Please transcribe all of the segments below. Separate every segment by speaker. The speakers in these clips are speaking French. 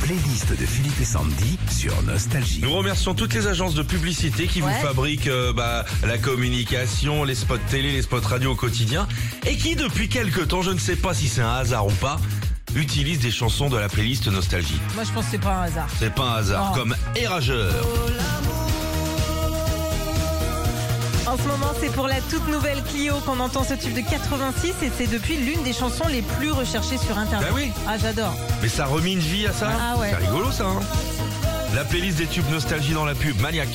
Speaker 1: playlist de Philippe et Sandy sur Nostalgie.
Speaker 2: Nous remercions toutes les agences de publicité qui
Speaker 3: Ouais.
Speaker 2: vous fabriquent euh, bah, la communication, les spots télé, les spots radio au quotidien, et qui depuis quelque temps, je ne sais pas si c'est un hasard ou pas, utilisent des chansons de la playlist Nostalgie.
Speaker 3: Moi, je pense que c'est pas un hasard.
Speaker 2: C'est pas un hasard,
Speaker 3: Oh.
Speaker 2: comme Érageur.
Speaker 3: En ce moment, c'est pour la toute nouvelle Clio qu'on entend ce tube de 86 et c'est depuis l'une des chansons les plus recherchées sur Internet.
Speaker 2: Bah oui.
Speaker 3: Ah, j'adore.
Speaker 2: Mais ça remet une vie à ça
Speaker 3: Ah ouais.
Speaker 2: C'est rigolo ça hein La playlist des tubes Nostalgie dans la pub, maniaque.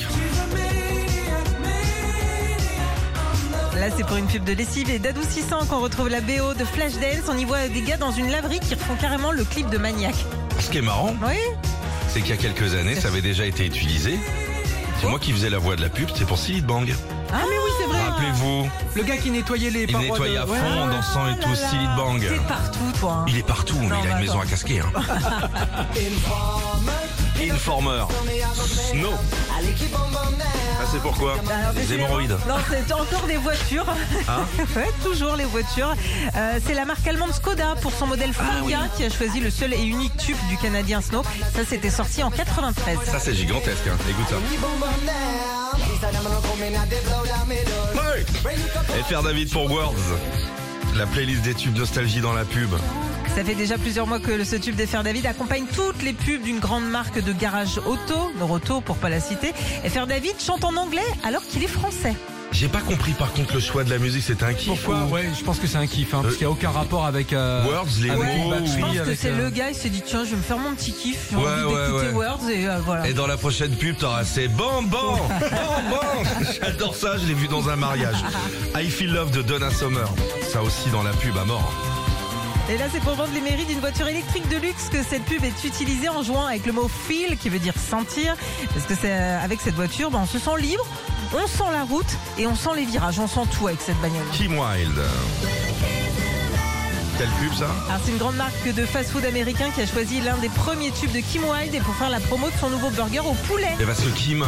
Speaker 3: Là, c'est pour une pub de lessive et d'adoucissant qu'on retrouve la BO de Flashdance. On y voit des gars dans une laverie qui refont carrément le clip de Maniac.
Speaker 2: Ce qui est marrant,
Speaker 3: Oui
Speaker 2: c'est qu'il y a quelques années, ça avait déjà été utilisé. C'est moi qui faisais la voix de la pub, c'est pour Silly Bang.
Speaker 3: Ah, mais oui, c'est vrai.
Speaker 2: Rappelez-vous,
Speaker 4: Le gars qui nettoyait les
Speaker 2: il
Speaker 4: parois
Speaker 2: nettoyait
Speaker 4: de-
Speaker 2: à fond
Speaker 4: Ouais.
Speaker 2: en dansant et tout, Silly Bang.
Speaker 3: Oh Ah C'est partout, toi. hein.
Speaker 2: Il est partout, mais
Speaker 3: Non,
Speaker 2: il a
Speaker 3: bah,
Speaker 2: une maison
Speaker 3: attends.
Speaker 2: à casquer. Hein. Informer. Snow. Ah, c'est pourquoi
Speaker 3: Alors,
Speaker 2: Les
Speaker 3: c'est-
Speaker 2: hémorroïdes.
Speaker 3: Bah, Non, c'est encore des voitures.
Speaker 2: Hein
Speaker 3: Ouais, toujours les voitures. Euh, c'est la marque allemande Skoda pour son modèle
Speaker 2: Ah
Speaker 3: Fanga qui a choisi le seul et unique tube du Canadien Snow. Ça, c'était sorti en 93.
Speaker 2: Ça, c'est gigantesque. Hein. Écoute ça. Hey Et faire David pour Words. La playlist des tubes nostalgie dans la pub.
Speaker 3: Ça fait déjà plusieurs mois que ce tube des Fer David accompagne toutes les pubs d'une grande marque de garage auto, Noroto pour pas la citer. Et Fer David chante en anglais alors qu'il est français.
Speaker 2: J'ai pas compris par contre le choix de la musique, c'est un kiff.
Speaker 4: Pourquoi
Speaker 2: ou-
Speaker 4: Ouais, je pense que c'est un kiff, hein, parce qu'il n'y a aucun rapport avec. euh,
Speaker 2: Words, les
Speaker 4: avec
Speaker 2: mots,
Speaker 4: Big Bang
Speaker 2: oui.
Speaker 3: Je
Speaker 4: Theory,
Speaker 3: pense que
Speaker 4: avec,
Speaker 3: c'est
Speaker 4: euh,
Speaker 3: le gars, il s'est dit tiens, je vais me faire mon petit kiff, j'ai
Speaker 2: Ouais,
Speaker 3: envie
Speaker 2: ouais,
Speaker 3: d'écouter
Speaker 2: ouais.
Speaker 3: Words et euh, voilà.
Speaker 2: Et dans la prochaine pub, t'auras c'est bon, bon, bon, bon. J'adore ça, je l'ai vu dans un mariage. I Feel Love de Donna Summer. Ça aussi dans la pub à mort.
Speaker 3: Et là, c'est pour vendre les mairies d'une voiture électrique de luxe que cette pub est utilisée en jouant avec le mot feel, qui veut dire sentir. Parce que c'est euh, avec cette voiture, ben, on se sent libre, on sent la route et on sent les virages. On sent tout avec cette bagnole.
Speaker 2: Kim Wilde. Quelle pub ça
Speaker 3: Alors, c'est une grande marque de fast-food américain qui a choisi l'un des premiers tubes de Kim Wilde et pour faire la promo de son nouveau burger au poulet.
Speaker 2: Et parce que Eh ben, Kim,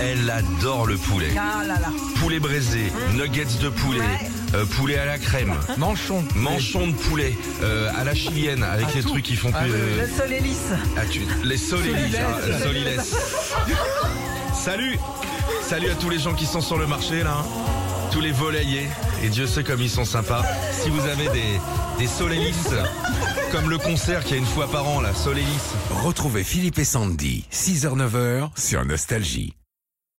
Speaker 2: elle adore le poulet.
Speaker 3: Ah là là.
Speaker 2: Poulet braisé, nuggets de poulet,
Speaker 3: Ouais.
Speaker 2: euh, poulet à la crème,
Speaker 4: Manchon.
Speaker 2: manchon de poulet, euh, à la chilienne, avec
Speaker 4: Ah,
Speaker 2: les
Speaker 4: tout.
Speaker 2: trucs qui font
Speaker 4: Ah,
Speaker 2: plus.
Speaker 4: oui,
Speaker 2: euh,
Speaker 3: Le sol est lisse.
Speaker 2: ah, tu- les solilis.
Speaker 4: Solilès.
Speaker 2: hein, les solilès. Salut Salut à tous les gens qui sont sur le marché là. hein. Tous les volaillers. Et Dieu sait comme ils sont sympas. Si vous avez des, des solelis, comme le concert qu'il y a une fois par an là, solelis.
Speaker 1: Retrouvez Philippe et Sandy, 6h-9h sur Nostalgie.